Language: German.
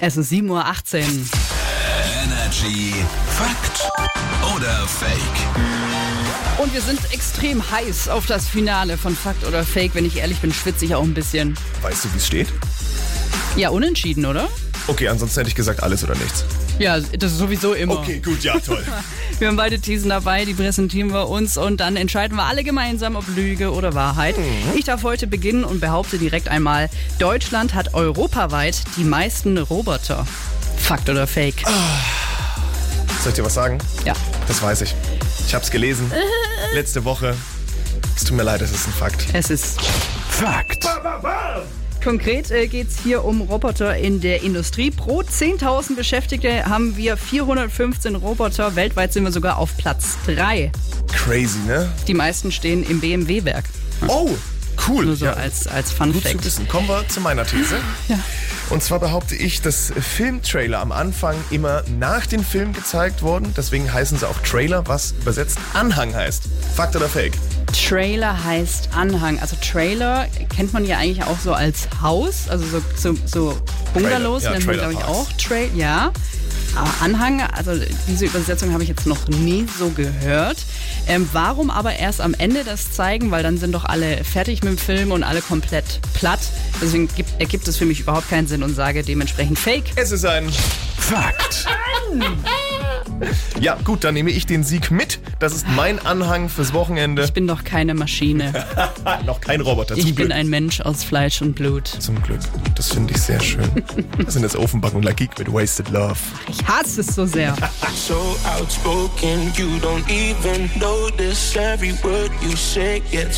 Es ist 7.18 Uhr. Energy Fakt oder Fake? Und wir sind extrem heiß auf das Finale von Fakt oder Fake. Wenn ich ehrlich bin, schwitze ich auch ein bisschen. Weißt du, wie es steht? Ja, unentschieden, oder? Okay, ansonsten hätte ich gesagt, alles oder nichts. Ja, das ist sowieso immer. Okay, gut, ja, toll. Wir haben beide Thesen dabei, die präsentieren wir uns und dann entscheiden wir alle gemeinsam, ob Lüge oder Wahrheit. Ich darf heute beginnen und behaupte direkt einmal, Deutschland hat europaweit die meisten Roboter. Fakt oder Fake? Soll ich dir was sagen? Ja. Das weiß ich. Ich hab's gelesen. Letzte Woche. Es tut mir leid, es ist ein Fakt. Es ist Fakt. Konkret äh, geht es hier um Roboter in der Industrie. Pro 10.000 Beschäftigte haben wir 415 Roboter. Weltweit sind wir sogar auf Platz 3. Crazy, ne? Die meisten stehen im BMW-Werk. Oh, cool. Nur so als, als Fun Gut zu Fact. wissen. Kommen wir zu meiner These. Ja. Und zwar behaupte ich, dass Filmtrailer am Anfang immer nach dem Film gezeigt wurden. Deswegen heißen sie auch Trailer, was übersetzt Anhang heißt. Fakt oder Fake? Trailer heißt Anhang. Also Trailer kennt man ja eigentlich auch so als Haus, also so, so, so Bungalows, Trailer, ja, nennt man glaube ich auch Trailerparks. Trail, ja. Aber Anhang, also diese Übersetzung habe ich jetzt noch nie so gehört. Ähm, warum aber erst am Ende das zeigen? Weil dann sind doch alle fertig mit dem Film und alle komplett platt. Deswegen gibt, ergibt es für mich überhaupt keinen Sinn und sage dementsprechend Fake. Es ist ein Fakt. Ja, gut, dann nehme ich den Sieg mit. Das ist mein Anhang fürs Wochenende. Ich bin doch keine Maschine. Ah, noch kein Roboter, zum Ich Glück. bin ein Mensch aus Fleisch und Blut. zum Glück. Das finde ich sehr schön. Das sind jetzt Ofenbacken und La Geek mit Wasted Love. Ich hasse es so sehr. so outspoken, you don't even notice every word you say. Yet